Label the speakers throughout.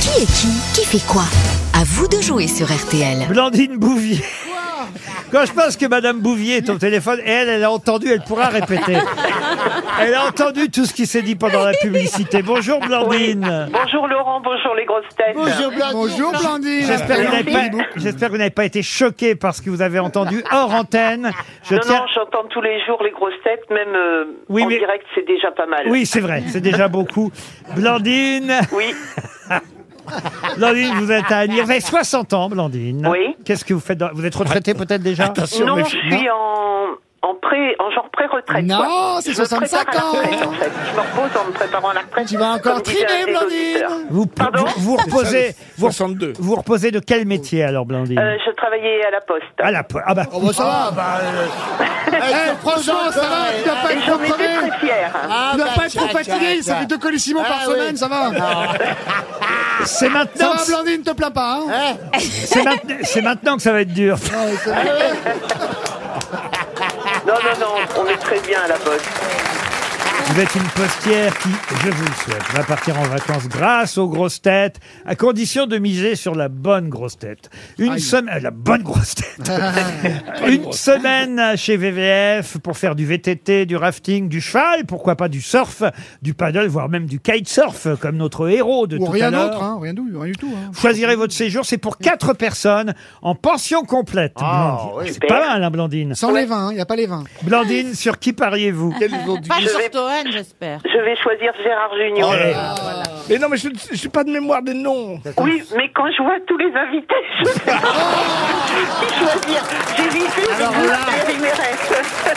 Speaker 1: Qui est qui Qui fait quoi À vous de jouer sur RTL.
Speaker 2: Blandine Bouvier. Quand je pense que Madame Bouvier est au téléphone, et elle, elle a entendu, elle pourra répéter. Elle a entendu tout ce qui s'est dit pendant la publicité. Bonjour Blandine.
Speaker 3: Bonjour Laurent, bonjour les grosses têtes.
Speaker 4: Bonjour Blandine. Bonjour Blandine.
Speaker 2: J'espère que vous n'avez pas- j'espère que vous n'avez pas, été choqué par ce que vous avez entendu hors antenne. Je
Speaker 3: non,
Speaker 2: tiens-
Speaker 3: non, j'entends tous les jours les grosses têtes, même euh,
Speaker 2: Oui,
Speaker 3: en
Speaker 2: mais-
Speaker 3: direct, c'est déjà pas mal.
Speaker 2: Oui, c'est vrai, c'est déjà beaucoup. Blandine,
Speaker 3: Oui,
Speaker 2: Blandine, vous êtes à Agnières. Vous avez 60 ans, Blandine.
Speaker 3: Oui.
Speaker 2: Qu'est-ce que vous faites dans- Vous êtes retraitée peut-être déjà
Speaker 3: non, je suis en, en, pré, en genre pré-retraite.
Speaker 4: Non,
Speaker 3: quoi.
Speaker 4: c'est
Speaker 3: Je me
Speaker 4: 65
Speaker 3: prépare à la
Speaker 4: ans.
Speaker 3: retraite, en fait. Je me repose en me préparant à la retraite.
Speaker 4: Tu vas encore
Speaker 3: comme disait un
Speaker 4: trimer,
Speaker 3: des
Speaker 4: Blandine.
Speaker 3: auditeurs.
Speaker 2: vous,
Speaker 3: Pardon
Speaker 2: vous, vous reposez, vous, vous reposez de quel métier alors, Blandine
Speaker 3: Euh, je travaillais à la poste.
Speaker 2: À la po- ah bah,
Speaker 4: Oh, bah, ça va, bah. euh. Eh, franchement, ça va, tu dois pas Ah.
Speaker 3: Et
Speaker 4: être
Speaker 3: j'en
Speaker 4: trop
Speaker 3: étais
Speaker 4: crevé.
Speaker 3: très fière.
Speaker 4: Tu dois pas être trop fatigué, ça fait deux collisimos par semaine, ça va.
Speaker 2: c'est
Speaker 4: Ça
Speaker 2: maintenant,
Speaker 4: va,
Speaker 2: que-
Speaker 4: Blandine, te plains pas, hein.
Speaker 2: c'est maintenant- c'est maintenant que ça va être dur.
Speaker 3: Non, non, non, on est très bien à la poste.
Speaker 2: Vous êtes une postière qui, je vous le souhaite, va partir en vacances grâce aux grosses têtes, à condition de miser sur la bonne grosse tête. Une semaine, euh, la bonne grosse tête.
Speaker 4: Ah.
Speaker 2: une semaine chez VVF pour faire du VTT, du rafting, du cheval, pourquoi pas du surf, du paddle, voire même du kitesurf, comme notre héros de
Speaker 4: Ou
Speaker 2: tout à
Speaker 4: rien
Speaker 2: l'heure.
Speaker 4: d'autre, hein, rien d'ou- rien du tout. hein.
Speaker 2: Choisirez votre séjour, c'est pour quatre personnes en pension complète. Blandine. C'est pas mal, hein, Blandine.
Speaker 4: Sans les vins, il n'y a pas les vins.
Speaker 2: Blandine, sur qui pariez-vous
Speaker 3: Je vais,
Speaker 5: Toen, j'espère.
Speaker 3: je vais choisir Gérard Junior.
Speaker 4: Oh
Speaker 2: Eh,
Speaker 6: Mais non, mais je je suis pas de mémoire des noms.
Speaker 3: Oui, mais quand je vois tous les invités, je sais pas qui choisir. J'ai visé les goûts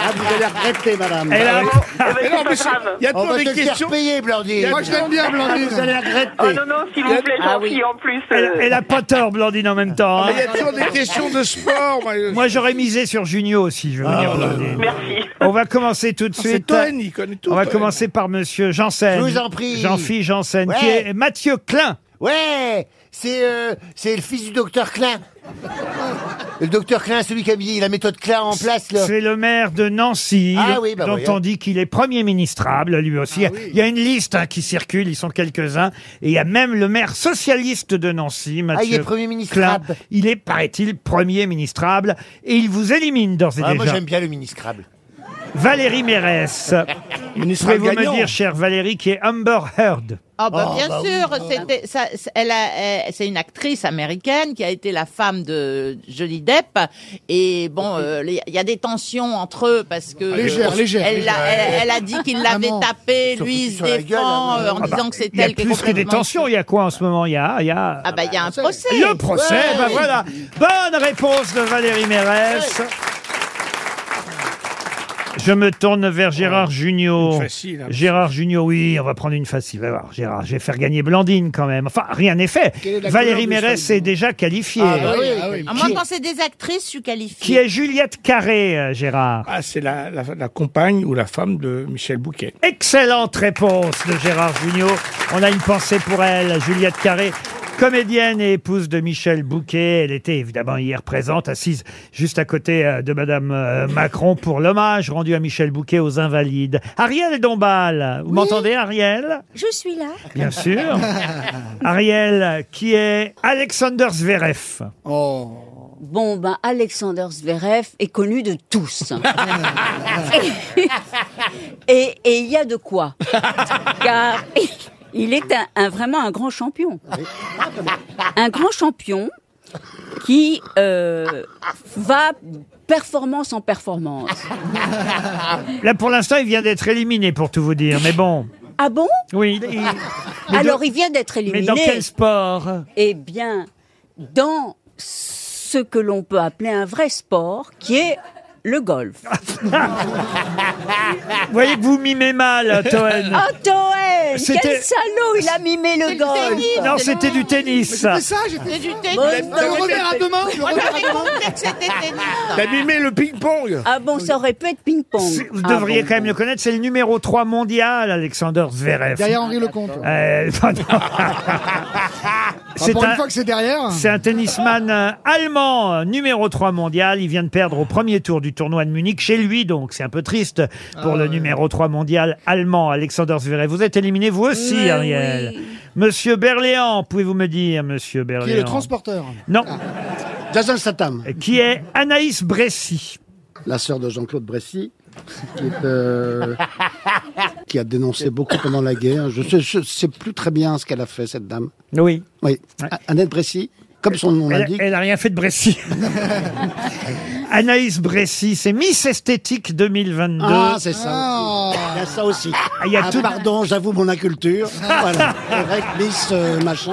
Speaker 7: Ah, vous allez regretter, madame.
Speaker 2: Elle a-
Speaker 3: mais
Speaker 6: Eh non, mais
Speaker 3: eh ben, c'est pas grave.
Speaker 6: il y a
Speaker 7: On
Speaker 4: Oh, bah,
Speaker 6: toujours
Speaker 7: va
Speaker 6: des
Speaker 7: te faire
Speaker 6: questions.
Speaker 7: payer, Blandine.
Speaker 4: Moi, je l'aime bien,
Speaker 7: Vous
Speaker 4: Blandine.
Speaker 7: allez
Speaker 3: Oh
Speaker 7: regretter.
Speaker 3: non, non, s'il vous plaît,
Speaker 7: Ah
Speaker 3: gentil en plus. euh,
Speaker 2: elle, elle a pas tort, Blandine, en même temps. hein.
Speaker 6: Ah, Il y a toujours des questions de sport. moi, je-
Speaker 2: Moi, j'aurais misé sur Junio aussi, je veux dire. Blandine.
Speaker 3: Merci.
Speaker 2: On va commencer tout de
Speaker 6: Ah, C'est
Speaker 2: suite.
Speaker 6: Toen, il connaît tout.
Speaker 2: On va
Speaker 6: Toen.
Speaker 2: commencer par monsieur Janssen.
Speaker 7: Je vous en prie.
Speaker 2: Jean-Philippe Janssen, qui
Speaker 7: Ouais.
Speaker 2: est Mathieu Klein.
Speaker 7: Ouais, c'est euh, c'est le fils du docteur Klein. Le docteur Klein, celui qui a mis la méthode Klein en place, là.
Speaker 2: C'est le maire de Nancy,
Speaker 7: Ah oui, Ah bah
Speaker 2: dont
Speaker 7: voyons.
Speaker 2: on dit qu'il est premier ministrable, lui aussi. Il y a une liste hein, qui circule, ils sont quelques-uns. Et il y a même le maire socialiste de Nancy, Mathieu
Speaker 7: Ah, il est premier
Speaker 2: Klein.
Speaker 7: ministrable.
Speaker 2: Il est, paraît-il, premier ministrable. Et il vous élimine d'ores et
Speaker 7: Ah, moi,
Speaker 2: déjà.
Speaker 7: j'aime bien le ministrable.
Speaker 2: Valérie Mérès.
Speaker 6: Ministre
Speaker 2: Pouvez-vous me
Speaker 6: Gagnant.
Speaker 2: dire, chère Valérie, qui est Amber Heard
Speaker 5: Ah bah bien sûr, c'était ça, c'est- elle a- euh, c'est une actrice américaine qui a été la femme de Johnny Depp et bon, euh, les- il y a des tensions entre eux parce que
Speaker 4: Légère, légère,
Speaker 5: elle,
Speaker 4: légère.
Speaker 5: l'a- elle- elle a dit qu'il l'avait
Speaker 4: Maman.
Speaker 5: tapé,
Speaker 7: Surtout
Speaker 5: lui il se
Speaker 7: sur la
Speaker 5: défend
Speaker 7: gueule, hein,
Speaker 5: euh, en
Speaker 7: Ah
Speaker 5: disant que c'est
Speaker 2: Il y a
Speaker 5: elle qui est
Speaker 2: plus que des
Speaker 5: complètement-
Speaker 2: tensions, il y a quoi en ce moment Il y a, il y a
Speaker 5: Ah bah il y a un procès.
Speaker 2: le procès, ben voilà. Bonne réponse de Valérie Mérès. Je me tourne vers Gérard Junior.
Speaker 6: Une facile, hein.
Speaker 2: Gérard Junior, oui, on va prendre une facile. Va voir, Gérard, je vais faire gagner Blandine quand même. Enfin, rien n'est fait. Valérie Mérès est déjà qualifiée.
Speaker 4: Ah oui.
Speaker 5: Ah, Moi quand c'est des actrices, je suis qualifiée.
Speaker 2: Qui est Juliette Carré, euh, Gérard
Speaker 6: Ah, c'est la, la, la compagne ou la femme de Michel Bouquet.
Speaker 2: Excellente réponse de Gérard Jugnot. On a une pensée pour elle, Juliette Carré. Comédienne et épouse de Michel Bouquet, elle était évidemment hier présente, assise juste à côté euh, de Madame euh, Macron pour l'hommage rendu à Michel Bouquet aux Invalides. Ariel Dombal, vous m'entendez Ariel
Speaker 8: Je suis là.
Speaker 2: Bien sûr. Ariel, qui est Alexander Zverev.
Speaker 8: Bon, ben, Alexander Zverev est connu de tous. et et il y a de quoi. Car il est un, un- vraiment un grand champion. Un grand champion qui euh, va performance en performance.
Speaker 2: Là, pour l'instant, il vient d'être éliminé, pour tout vous dire, mais bon.
Speaker 8: Ah bon
Speaker 2: Oui. il- il- mais dans-
Speaker 8: Alors, il vient d'être
Speaker 2: Mais
Speaker 8: éliminé.
Speaker 2: dans quel sport
Speaker 8: Eh bien, dans ce que l'on peut appeler un vrai sport, qui est le golf.
Speaker 2: Vous voyez que vous mimez mal, Toen.
Speaker 8: Oh, Toen
Speaker 2: C'était-
Speaker 8: Quel salaud Il a mimé le golf Oh
Speaker 2: Non, c'était du tennis.
Speaker 4: C'est ça, j'ai fait.
Speaker 5: C'est du tennis.
Speaker 4: Le revers à deux mains, le revers à
Speaker 5: J'avais
Speaker 4: deux mains.
Speaker 5: compris que c'était tennis.
Speaker 3: Ah.
Speaker 6: T'as mimé le ping-pong.
Speaker 8: Ah bon, ça aurait pu être ping-pong.
Speaker 2: C'est- Vous
Speaker 8: Ah
Speaker 2: devriez
Speaker 8: bon.
Speaker 2: quand même le connaître, c'est le numéro 3 mondial, Alexander Zverev.
Speaker 4: Derrière Henri Lecomte.
Speaker 2: Euh, non, non.
Speaker 4: Ah,
Speaker 2: c'est
Speaker 4: Pour
Speaker 2: un,
Speaker 4: une fois que c'est derrière.
Speaker 2: c'est un tennisman euh, allemand, euh, numéro 3 mondial. Il vient de perdre au premier tour du tournoi de Munich chez lui, donc c'est un peu triste pour
Speaker 4: Ah
Speaker 2: le numéro 3 mondial allemand, Alexander Zverev. Vous êtes éliminé vous aussi,
Speaker 8: Mais
Speaker 2: Ariel.
Speaker 8: oui.
Speaker 2: Monsieur Berléand, pouvez-vous me dire, monsieur Berléand
Speaker 4: Qui est le transporteur
Speaker 2: Non,
Speaker 4: Jazal Satam,
Speaker 2: qui est Anaïs Bressy.
Speaker 4: la sœur de Jean-Claude Bressy, qui, est, euh, qui a dénoncé beaucoup pendant la guerre. Je sais, je sais plus très bien ce qu'elle a fait, cette dame.
Speaker 2: Oui.
Speaker 4: Oui, A- Annette Bressy, comme son nom
Speaker 2: Elle,
Speaker 4: l'indique.
Speaker 2: elle a rien fait de Bressy. Anaïs Bressy, c'est Miss Esthétique 2022.
Speaker 4: Ah, c'est ça. aussi. Il y a ça aussi.
Speaker 2: Ah, il y a
Speaker 4: Ah,
Speaker 2: tout-
Speaker 4: Pardon, j'avoue mon inculture. voilà. C'est vrai que Miss euh, machin.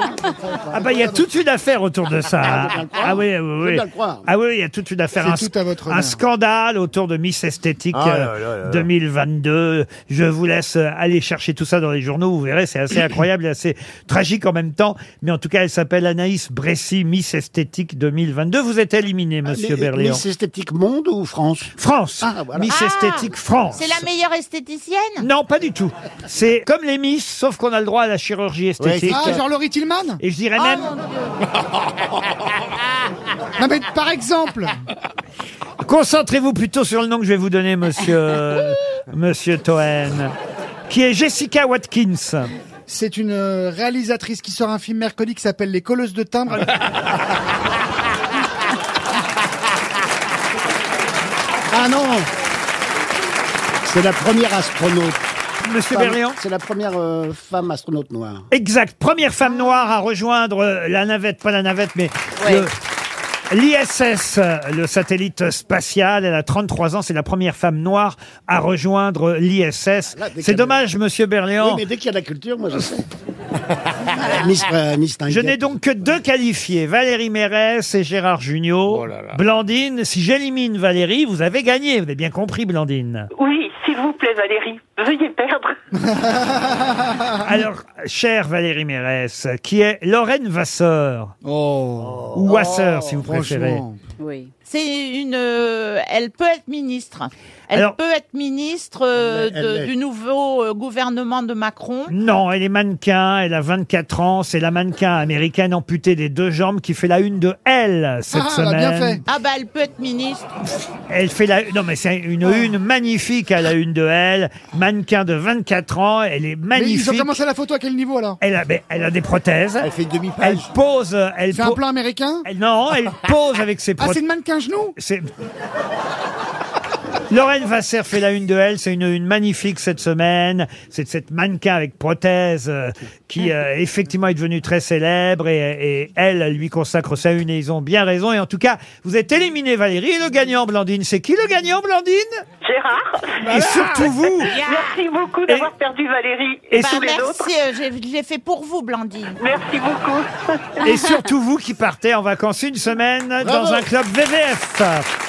Speaker 2: Ah bah il y a toute une affaire autour de ça. hein.
Speaker 4: bien le croire.
Speaker 2: Ah oui, oui,
Speaker 4: Faut
Speaker 2: oui.
Speaker 4: bien le croire.
Speaker 2: Ah oui, il y a toute une affaire.
Speaker 9: C'est
Speaker 2: un, sc-
Speaker 9: tout à votre
Speaker 2: un
Speaker 9: honneur.
Speaker 2: scandale autour de Miss Esthétique
Speaker 7: Ah là
Speaker 2: euh,
Speaker 7: là là là.
Speaker 2: 2022. Je vous laisse euh, aller chercher tout ça dans les journaux. Vous verrez, c'est assez incroyable et assez tragique en même temps. Mais en tout cas, elle s'appelle Anaïs Bressy, Miss Esthétique 2022. Vous êtes éliminé, Monsieur
Speaker 4: Mais-
Speaker 2: Berléand.
Speaker 4: Ah, Miss Esthétique Monde ou France
Speaker 2: France,
Speaker 4: Ah, voilà.
Speaker 2: Miss
Speaker 5: Ah,
Speaker 2: Esthétique France.
Speaker 5: C'est la meilleure esthéticienne
Speaker 2: Non, pas du tout. C'est comme les Miss, sauf qu'on a le droit à la chirurgie esthétique.
Speaker 9: Ah, genre Laurie Tillman
Speaker 2: Et je dirais
Speaker 5: Oh
Speaker 2: même,
Speaker 5: mon Dieu
Speaker 9: Non, mais par exemple
Speaker 2: Concentrez-vous plutôt sur le nom que je vais vous donner, monsieur, monsieur Toen, qui est Jessica Watkins.
Speaker 9: C'est une euh, réalisatrice qui sort un film mercredi qui s'appelle Les colleuses de timbre.
Speaker 4: Ah non C'est la première astronaute.
Speaker 2: Monsieur
Speaker 4: Femme-
Speaker 2: Berléand.
Speaker 4: C'est la première euh, femme astronaute noire.
Speaker 2: Exact. Première femme noire à rejoindre euh, la navette, pas la navette, mais
Speaker 5: Ouais.
Speaker 2: le- L'ISS, euh, le satellite spatial, elle a 33 ans, c'est la première femme noire à rejoindre euh, l'ISS.
Speaker 4: Ah, là, dès
Speaker 2: C'est
Speaker 4: qu'elle-
Speaker 2: dommage, monsieur
Speaker 4: Oui,
Speaker 2: Berléand.
Speaker 4: mais dès qu'il y a de la culture, moi je sais. Miss, euh, Miss
Speaker 2: Je
Speaker 4: Tinguette.
Speaker 2: n'ai donc que deux qualifiés, Valérie Mérès et Gérard Junior.
Speaker 6: Oh là là.
Speaker 2: Blandine, si j'élimine Valérie, vous avez gagné, vous avez bien compris, Blandine.
Speaker 3: Oui, s'il vous plaît, Valérie, veuillez perdre.
Speaker 9: Ah.
Speaker 2: Alors, chère Valérie Mérès, qui est Lorraine Vasseur,
Speaker 9: Oh,
Speaker 2: ou Vasseur si vous préférez.
Speaker 9: franchement.
Speaker 8: Oui.
Speaker 5: C'est une. euh, elle peut être ministre. Elle
Speaker 2: Alors-
Speaker 5: peut être ministre euh,
Speaker 4: Elle l'est,
Speaker 5: de-
Speaker 4: elle l'est.
Speaker 5: du nouveau euh, gouvernement de Macron.
Speaker 2: Non, elle est mannequin, elle a 24 ans, c'est la mannequin américaine amputée des deux jambes qui fait la une de Elle cette
Speaker 9: Ah, elle a
Speaker 2: semaine.
Speaker 9: bien fait.
Speaker 5: Ah bah elle peut être ministre.
Speaker 2: Elle fait la non mais c'est
Speaker 9: Oh.
Speaker 2: une une magnifique à la une de Elle, mannequin de 24 ans, elle
Speaker 9: Mais ils
Speaker 2: est
Speaker 9: ont
Speaker 2: magnifique.
Speaker 9: commencé la photo à quel niveau alors
Speaker 2: Elle a mais elle a des prothèses,
Speaker 7: Elle fait une
Speaker 2: elle
Speaker 7: demi-page.
Speaker 2: pose, euh, elle
Speaker 9: C'est un
Speaker 2: po-
Speaker 9: plan américain
Speaker 2: elle- non, elle pose avec ses
Speaker 9: Ah,
Speaker 2: prothèses.
Speaker 9: c'est une mannequin genou
Speaker 2: C'est. Lorraine Vasser fait la une de elle, c'est une une magnifique cette semaine. C'est cette mannequin avec prothèse euh, qui euh, effectivement est devenue très célèbre et, et elle lui consacre sa une et ils ont bien raison. Et en tout cas, vous êtes éliminé Valérie et le gagnant Blandine. C'est qui le gagnant Blandine
Speaker 3: Gérard,
Speaker 2: Et surtout vous
Speaker 3: merci beaucoup d'avoir perdu Valérie et,
Speaker 2: et
Speaker 5: Bah,
Speaker 3: tous les autres.
Speaker 5: merci, euh, j'ai- je l'ai fait pour vous, Blandine.
Speaker 3: Merci beaucoup.
Speaker 2: Et surtout vous qui partez en vacances une semaine dans un club VVF.